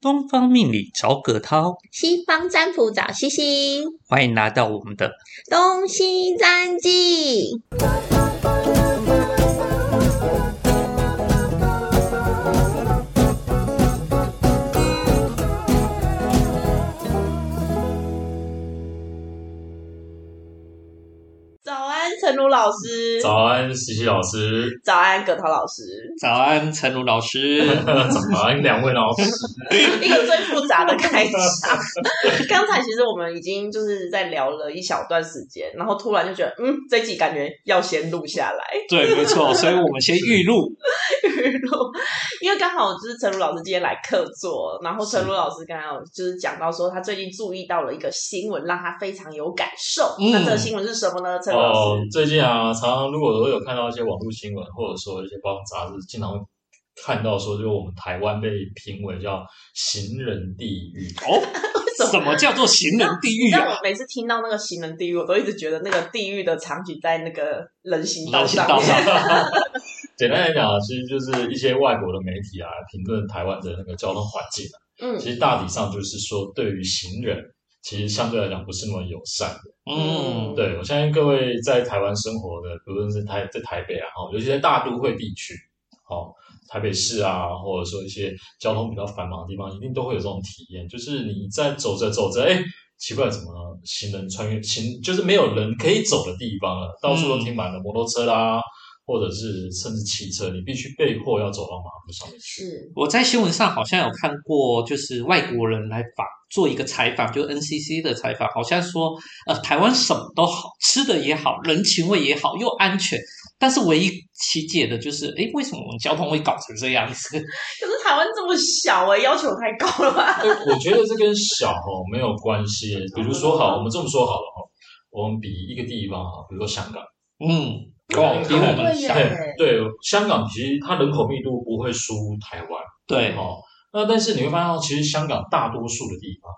东方命理找葛涛，西方占卜找西西，欢迎来到我们的东西占记。早安，陈如老师。早安，西西 老师。早安，葛涛老 师。早安，陈如老师。 早安，两位老师。一个最复杂的开场。 刚才其实我们已经就是在聊了一小段时间，然后突然就觉得，嗯，这集感觉要先录下来 对，没错，所以我们先预录。预录，因为刚好就是陈如老师今天来客座，然后陈如老师刚刚有就是讲到说他最近注意到了一个新闻，让他非常有感受。嗯那这个新闻是什么呢？陈如老哦师，，最近啊，常常如果我有看到一些网络新闻，或者说一些报章杂志，经常会看到说，就是我们台湾被评为叫“行人地狱哦，什么叫做行人地你狱知道 啊？我每次听到那个行人地狱，我都一直觉得那个地狱的场景在那个人行道人行上道面。上，”。简单来讲啊，其实就是一些外国的媒体啊，评论台湾的那个交通环境啊， 嗯，其实大体上就是说，对于行人，其实相对来讲不是那么友善。嗯，对，我相信各位在台湾生活的，不论是台在台北啊，哦，尤其在大都会地区，哦，台北市啊，或者说一些交通比较繁忙的地方，一定都会有这种体验，就是你在走着走着，哎，奇怪，怎么行人穿越行，就是没有人可以走的地方了，到处都停满了摩托车啦，或者是甚至汽车，你必须被迫要走到马路上面去。是，我在新闻上好像有看过，就是外国人来访做一个采访，就 NCC 的采访，好像说，呃，台湾什么都好，吃的也好，人情味也好，又安全，但是唯一奇解的就是，诶，为什么我们交通会搞成这样子？可是台湾这么小哎、要求太高了吧？哎我觉得这跟小哦没有关系，比如说好，我们这么说好了哦，我们比一个地方啊，比如说香港。嗯，哦比我们对小，耶对对，香港其实它人口密度不会输台湾，对，哦。那但是你会发现到，其实香港大多数的地方，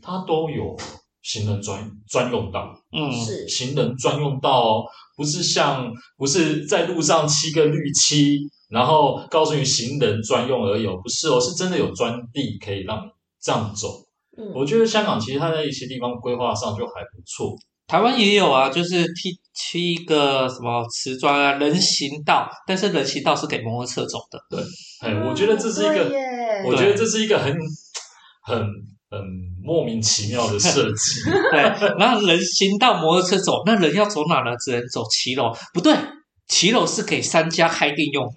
它都有行人专专用道，嗯，是行人专用道哦，不是像不是在路上漆个绿漆，然后告诉你行人专用而已哦，不是哦，是真的有专地可以让你这样走。嗯我觉得香港其实它在一些地方规划上就还不错，台湾也有啊，就是踢踢一个什么瓷砖啊，人行道，但是人行道是给摩托车走的。哎，我觉得这是一个嗯对耶我觉得这是一个很很很莫名其妙的设计。 对，然后人行道摩托车走，那人要走哪呢？只能走骑楼，不对，骑楼是给商家开店用的。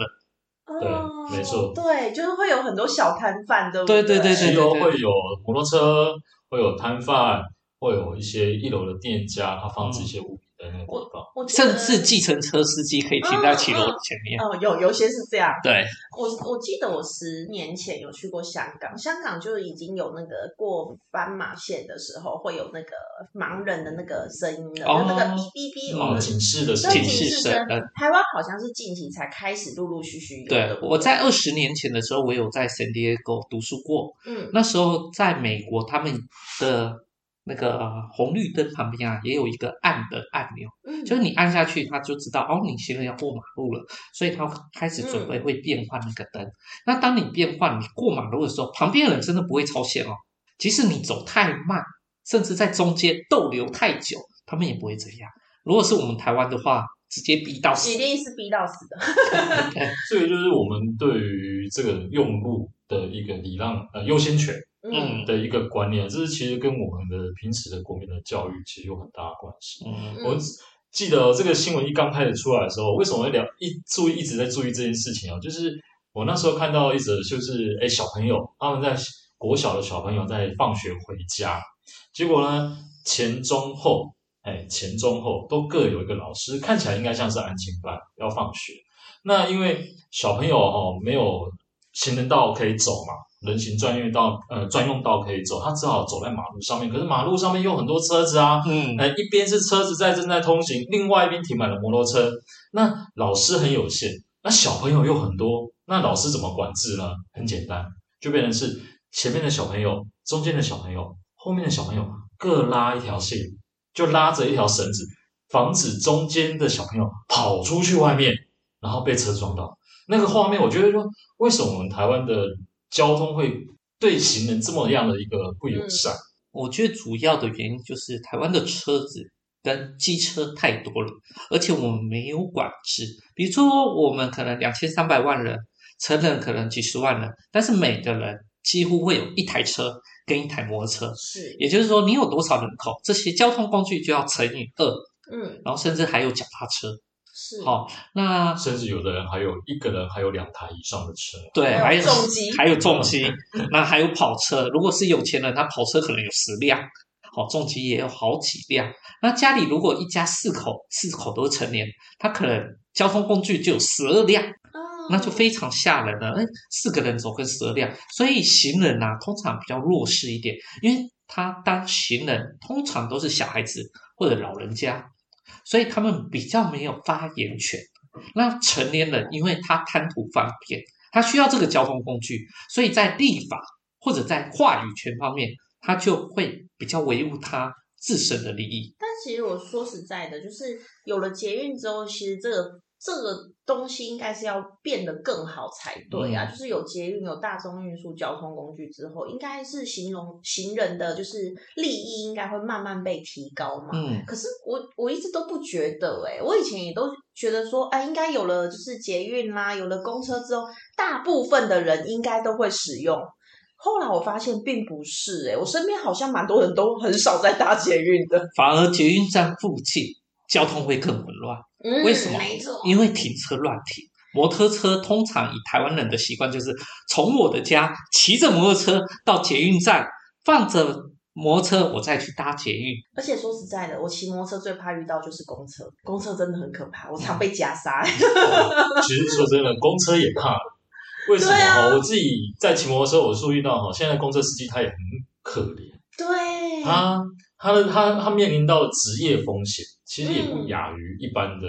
哦对没错对，就是会有很多小摊贩，对不对对对对骑楼会有摩托车，会有摊贩，会有一些一楼的店家，他放置一些物品的那个地方。嗯我觉得甚至计程车司机可以停在骑楼前面。哦，有有些是这样。对，我我记得我十年前有去过香港，香港就已经有那个过斑马线的时候会有那个盲人的那个声音了，哦就那个哔哔哔。我哦，们警示的是对警警示示声声嗯台湾好像是近期才开始陆陆续续有对的，我在二十年前的时候，我有在 San Diego 读书过，嗯那时候在美国，他们的那个红绿灯旁边啊，也有一个按的按钮。嗯，就是你按下去，它就知道哦，你行人要过马路了，所以它开始准备会变换那个灯。那当你变换你过马路的时候，旁边的人真的不会超限哦。即使你走太慢，甚至在中间逗留太久，他们也不会这样。如果是我们台湾的话，直接逼到死一。定是逼到死的。这个就是我们对于这个用路的一个礼让呃优先权嗯的一个观念，这是其实跟我们的平时的国民的教育其实有很大的关系。嗯，我记得这个新闻一刚开始出来的时候，为什么会聊一注意一直在注意这件事情啊？就是我那时候看到一则，就是哎小朋友他们在国小的小朋友在放学回家，结果呢前中后哎前中后都各有一个老师，看起来应该像是安亲班要放学。那因为小朋友哦没有行人道可以走嘛，人行专用道呃专用道可以走，他只好走在马路上面。可是马路上面又有很多车子啊，嗯，呃，一边是车子在正在通行，另外一边停满了摩托车。那老师很有限，那小朋友又很多，那老师怎么管制呢？很简单，就变成是前面的小朋友、中间的小朋友、后面的小朋友各拉一条线，就拉着一条绳子，防止中间的小朋友跑出去外面，然后被车撞到。那个画面，我觉得说，为什么我们台湾的交通会对行人这么样的一个不友善。我觉得主要的原因就是台湾的车子跟机车太多了，而且我们没有管制。比如说，我们可能两千三百万人，成人可能几十万人，但是每个人几乎会有一台车跟一台摩托车。是，也就是说，你有多少人口，这些交通工具就要乘以二，嗯，然后甚至还有脚踏车。是，哦好、那甚至有的人还有一个人还有两台以上的车，对，还还有有重机还有重机，那还有跑车。如果是有钱人，他跑车可能有十辆，好、重机也有好几辆。那家里如果一家四口，四口都是成年，他可能交通工具就有十二辆，哦那就非常吓人了。哎，四个人走跟十二辆，所以行人啊，通常比较弱势一点，因为他当行人通常都是小孩子或者老人家，所以他们比较没有发言权。那成年人因为他贪图方便，他需要这个交通工具，所以在立法或者在话语权方面，他就会比较维护他自身的利益。但其实我说实在的，就是有了捷运之后，其实这个这个东西应该是要变得更好才对啊。嗯就是有捷运、有大众运输交通工具之后，应该是形容行人的就是利益应该会慢慢被提高嘛。嗯，可是我我一直都不觉得哎、我以前也都觉得说，哎、应该有了就是捷运啦，有了公车之后，大部分的人应该都会使用。后来我发现并不是哎、我身边好像蛮多人都很少在搭捷运的。反而捷运站附近交通会更混乱。嗯为什么没错，因为停车乱停。摩托车通常以台湾人的习惯，就是从我的家骑着摩托车到捷运站，放着摩托车，我再去搭捷运。而且说实在的，我骑摩托车最怕遇到就是公车，公车真的很可怕，我常被夹杀。其实说真的，公车也怕。为什么对啊哈？我自己在骑摩托车，我注意到哈，现在公车司机他也很可怜，对，他他的他他面临到的职业风险，其实也不亚于一般的、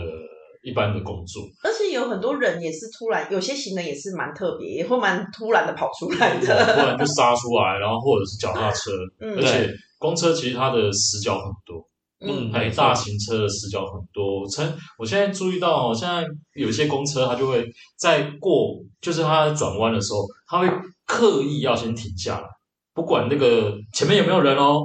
一般的工作。而且有很多人也是突然，有些行人也是蛮特别，也会蛮突然的跑出来突的。然就杀出来，然后或者是脚踏车，嗯而且公车其实它的死角很多，嗯还有大型车的死角很多。曾我现在注意到哦，现在有些公车它就会在过，就是它转弯的时候，它会刻意要先停下来，不管那个前面有没有人哦。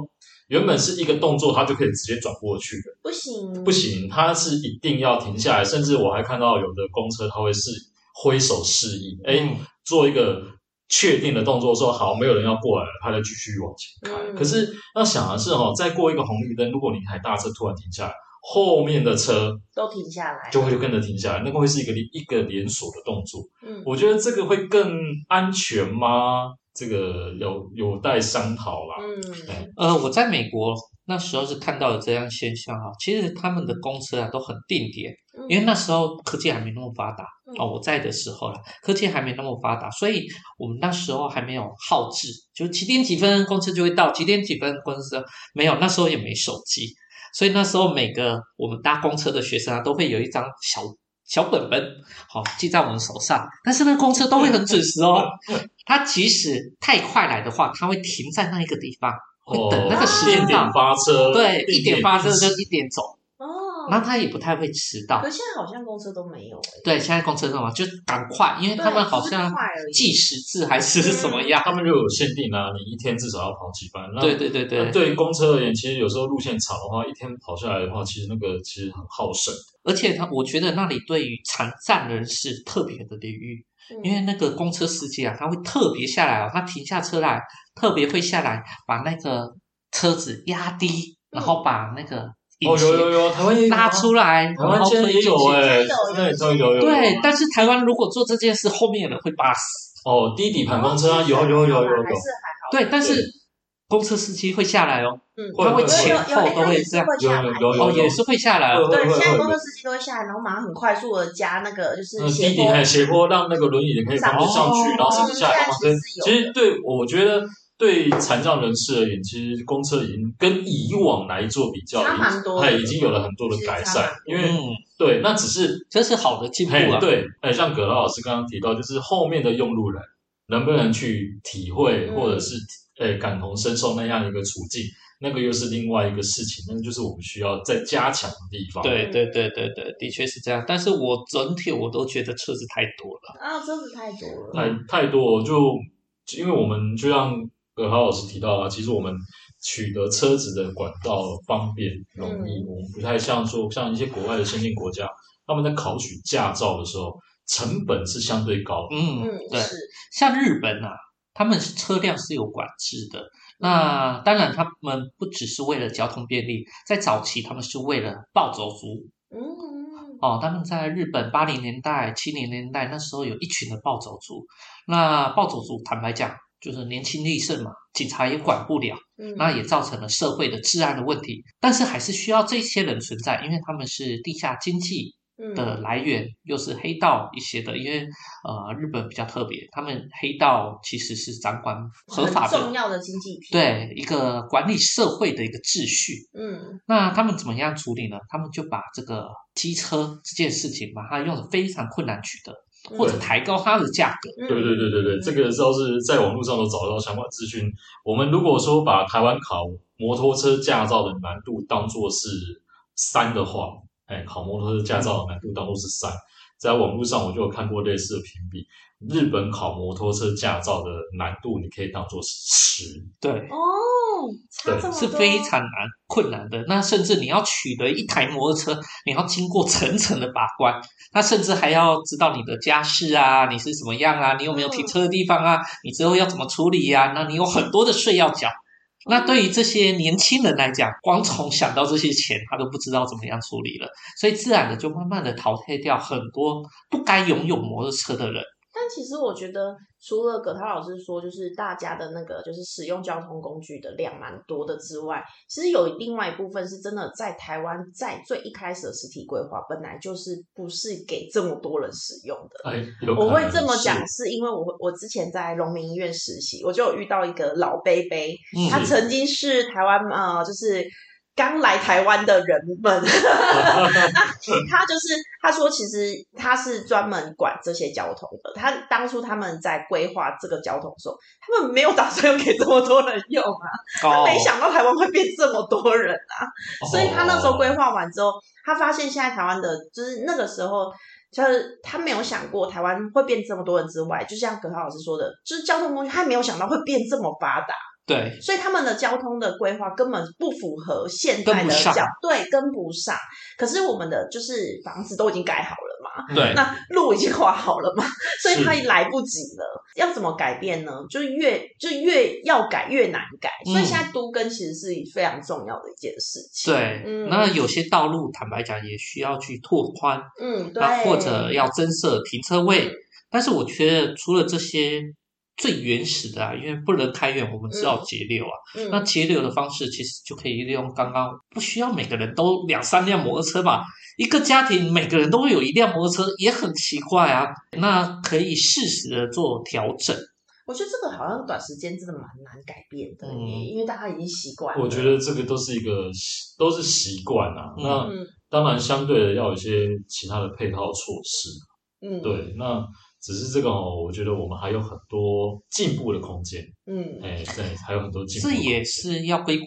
原本是一个动作，它就可以直接转过去的，不行，不，行，它是一定要停下来。甚至我还看到有的公车，它会是挥手示意，哎、嗯做一个确定的动作说好，没有人要过来了，他再继续往前开。嗯可是要想的是哦，再过一个红绿灯，如果你一台大车突然停下来，后面的车都停下来。就会就跟着停下来，那个会是一个一个连锁的动作。嗯，我觉得这个会更安全吗？这个有有待商讨啦。嗯，呃，我在美国那时候是看到有这样现象啊，其实他们的公车啊都很定点，因为那时候科技还没那么发达嗯啊、我在的时候啦，科技还没那么发达，所以我们那时候还没有号志，就几点几分公车就会到，几点几分公车没有，那时候也没手机，所以那时候每个我们搭公车的学生啊，都会有一张小小本本，好、记在我们手上。但是那公车都会很准时 哦，它即使太快来的话，它会停在那一个地方，会等那个时间定点到。哦发车，呃对，一定点发车停就止一点走，哦，然后它也不太会迟到可。是现在好像公车都没有哎。对，现在公车干嘛？就赶快，因为他们对好就是像快而已计时制还是什么 样。他们就有限定啊，你一天至少要跑几班。那对对对那对，嗯对于公车而言，其实有时候路线长的话，一天跑下来的话，其实那个其实很耗神。而且他我觉得那里对于残障人士特别的领域，嗯因为那个公车司机啊，他会特别下来哦，他停下车来，特别会下来把那个车子压低，然后把那个引哦，有擎有有，台湾也有啊拉出来，台然湾后现在推也进有去。哎、现在有现在都有有。对，但是台湾如果做这件事，后面有人会扒死。哦，低底盘公车啊，有有有有有还是还对，但是公车司机会下来哦，嗯，会他会会前有后都会这样，有有有有哦，也是会下来哦。会对，会现在会公车有。司机都会下来，然后马上很快速的加那个就是那斜嗯低底坡盘斜坡让那个轮椅的可以方便上去哦，然后甚至下来嗯放车现在其实。有其实对我觉得，对残障人士而言，其实公车已经跟以往来做比较，差已蛮多的经哎已经有了很多的改善。其因为嗯，对，那只是这是好的进步嘿，啊。对，哎，像葛老师刚刚提到，就是后面的用路人能不能去体会，嗯或者是哎感同身受那样一个处境，那个又是另外一个事情，那个就是我们需要再加强的地方。，对对对对对，的确是这样。但是我整体我都觉得车子太多了。啊，车子太多了。太太多就就因为我们就像葛豪老师提到啊，其实我们取得车子的管道方便容易，我们不太像说像一些国外的先进国家，他们在考取驾照的时候，成本是相对高的。嗯，嗯，对，是，像日本啊，他们是车辆是有管制的。那当然，他们不只是为了交通便利，在早期他们是为了暴走族嗯，哦，他们在日本八零年代、七零年代那时候有一群的暴走族。那暴走族坦白讲，就是年轻力盛嘛，警察也管不了，嗯，那也造成了社会的治安的问题。但是还是需要这些人存在，因为他们是地下经济嗯的来源又是黑道一些的，因为呃日本比较特别，他们黑道其实是掌管合很法重的，要的经济体，，对一个管理社会的一个秩序。嗯那他们怎么样处理呢？他们就把这个机车这件事情，把它用的非常困难取得，嗯，或者抬高它的价格。嗯，对对对对对，这个倒是在网络上都找得到相关资讯。我们如果说把台湾考摩托车驾照的难度当做是三的话，哎，考摩托车驾照的难度当做是三，在网络上我就有看过类似的评比，日本考摩托车驾照的难度你可以当做是十。对，哦，差这么是多非常难困难的。那甚至你要取得一台摩托车，你要经过层层的把关，那甚至还要知道你的家世啊，你是什么样啊，你有没有嗯停车的地方啊，你之后要怎么处理呀、那你有很多的税要缴。那嗯对于这些年轻人来讲，光从想到这些钱，他都不知道怎么样处理了，所以自然的就慢慢的淘汰掉很多不该拥有摩托车的人。但其实我觉得，除了葛涛老师说，就是大家的那个就是使用交通工具的量蛮多的之外，其实有另外一部分是真的在台湾在最一开始的实体规划本来就是不是给这么多人使用的。哎，有可我能会这么是讲，是因为我我之前在农民医院实习，我就有遇到一个老伯伯，嗯，他曾经是台湾呃，就是刚来台湾的人们，他就是他说，其实他是专门管这些交通的。他当初他们在规划这个交通的时候，他们没有打算要给这么多人用啊，他高没想到台湾会变这么多人啊。哦所以他那时候规划划完之后，他发现现在台湾的，就是那个时候，就是他没有想过台湾会变这么多人之外，就像葛涛老师说的，就是交通工具，他没有想到会变这么发达，对，所以他们的交通的规划根本不符合现在跟的不上交，对，跟不上。可是我们的就是房子都已经盖好了嘛，对那路已经画好了嘛，所以是它也来不及了。要怎么改变呢？就越就越要改越难改，所以嗯现在都更其实是非常重要的一件事情。对，嗯那有些道路坦白讲也需要去拓宽，嗯，对，啊那或者要增设停车位。嗯但是我觉得除了这些最原始的啊，因为不能开源，我们知道节流啊。嗯那节流的方式其实就可以利用刚刚不需要每个人都两三辆摩托车嘛，一个家庭每个人都会有一辆摩托车，也很奇怪啊。那可以适时的做调整。我觉得这个好像短时间真的蛮难改变的耶，嗯因为大家已经习惯了。我觉得这个都是一个习都是习惯啊。嗯那嗯当然，相对的要有一些其他的配套措施。嗯，，对，那只是这个哦，我觉得我们还有很多进步的空间。嗯哎，对，还有很多进步这的空间。也是要归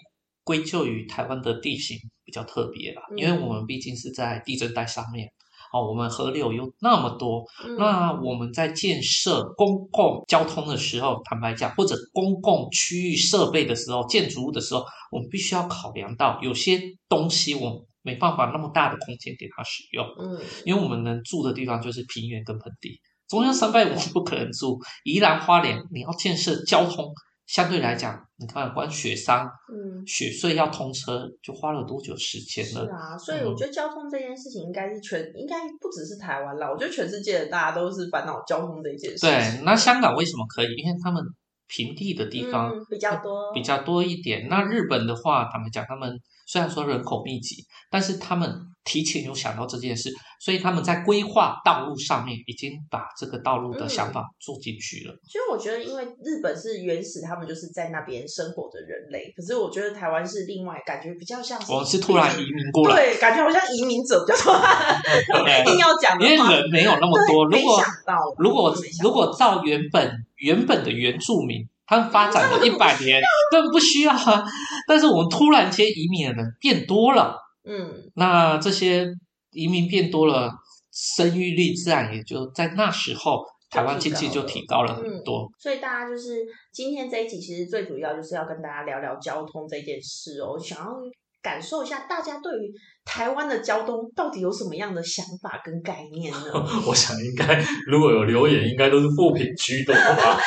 归咎于台湾的地形比较特别啦，因为嗯我们毕竟是在地震带上面，哦，我们河流有那么多，嗯那我们在建设公共交通的时候，坦白讲，或者公共区域设备的时候、建筑物的时候，我们必须要考量到有些东西我们没办法那么大的空间给它使用，嗯因为我们能住的地方就是平原跟盆地，中央山脉我们不可能住，宜兰花莲你要建设交通，相对来讲，你看光雪山、嗯。雪隧要通车就花了多久时间是了？啊，所以嗯我觉得交通这件事情应该是全，应该不只是台湾啦，我觉得全世界的大家都是烦恼交通这件事情。对，那香港为什么可以？因为他们平地的地方。嗯比较多，比较多一点。那日本的话，他们讲他们虽然说人口密集，但是他们提前有想到这件事，所以他们在规划道路上面已经把这个道路嗯的想法做进去了。所以我觉得，因为日本是原始，他们就是在那边生活的人类，可是我觉得台湾是另外感觉比较像是，我们是突然移民过来，对，感觉好像移民者比较多，硬 对要讲的因为话，人没有那么对多。如没果想到，如果真的没想到如果照原本原本的原住民，他们发展了一百 年，根本不需要啊。但是我们突然间移民的人变多了。嗯那这些移民变多了，生育率自然也就在那时候台湾经济就提高了很多。所以大家就是今天这一集，其实最主要就是要跟大家聊聊交通这件事哦，想要感受一下大家对于台湾的交通到底有什么样的想法跟概念呢？ 我想应该如果有留言，应该都是负评居多吧。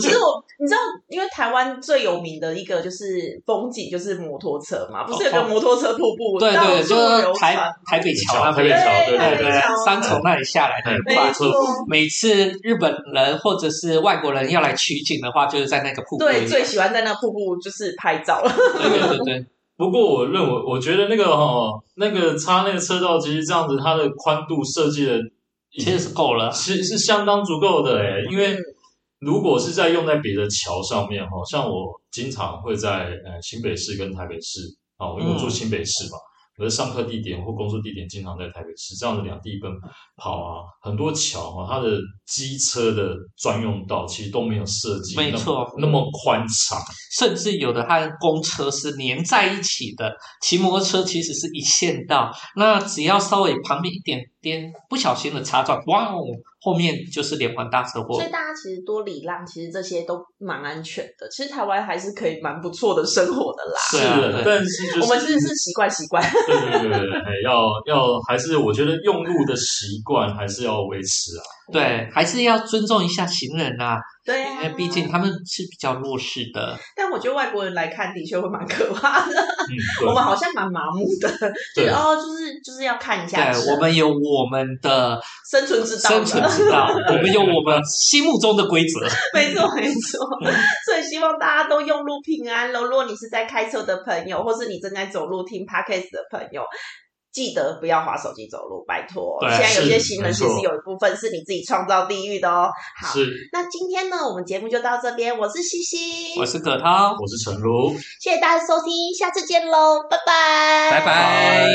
其实我你知道，因为台湾最有名的一个就是风景就是摩托车嘛，不是有个摩托车瀑布，哦对到对，处就流是台传。台北桥那台北边，桥，对对对对对，桥对，三重那里下来的哎，很快没没。错错，每次日本人或者是外国人要来取景的话，就是在那个瀑布里。对，最喜欢在那瀑布就是拍照。对对对对，不过我认为，我觉得那个哦，那个插那个车道，其实这样子它的宽度设计的其实是够了。是是相当足够的诶，嗯因为如果是在用在别的桥上面哈，像我经常会在呃新北市跟台北市啊，嗯因为我住新北市嘛，我的上课地点或工作地点经常在台北市，这样子两地奔跑啊，很多桥哈，它的机车的专用道其实都没有设计那么，没错那么宽敞，甚至有的和公车是连在一起的，骑摩托车其实是一线道，那只要稍微旁边一点点不小心的擦撞，哇哦，后面就是连环大车祸 所以。大家其实多礼让，其实这些都蛮安全的。其实台湾还是可以蛮不错的生活的啦。是是啊的，对但是就是我们是是习惯习惯，对对对对，哎要要还是我觉得用路的习惯还是要维持啊。对，还是要尊重一下行人啊，对 因啊为，毕竟他们是比较弱势的。但我觉得外国人来看的确会蛮可怕的，嗯， 我对们好像蛮麻木的，就对是哦，就是就是要看一下车，对，我们有我们的生存之道生存的， 之道，我对们有我们心目中的规则。没错没错。 所以希望大家都用路平安喽。如果你是在开车的朋友，或是你正在走路听 podcast 的朋友。记得不要滑手机走路，拜托。对现在有些是行人没其错实有一部分是你自己创造地狱的哦。好，是，那今天呢，我们节目就到这边。我是西西，我是葛涛，我是陈如，谢谢大家收听，下次见喽，拜拜，拜拜。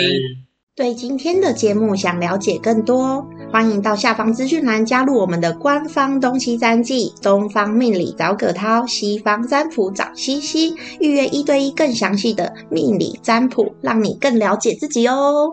对今天的节目想了解更多，哦欢迎到下方资讯栏加入我们的官方东西占记，东方命理找葛涛，西方占卜找西西，预约一对一更详细的命理占卜，让你更了解自己哦。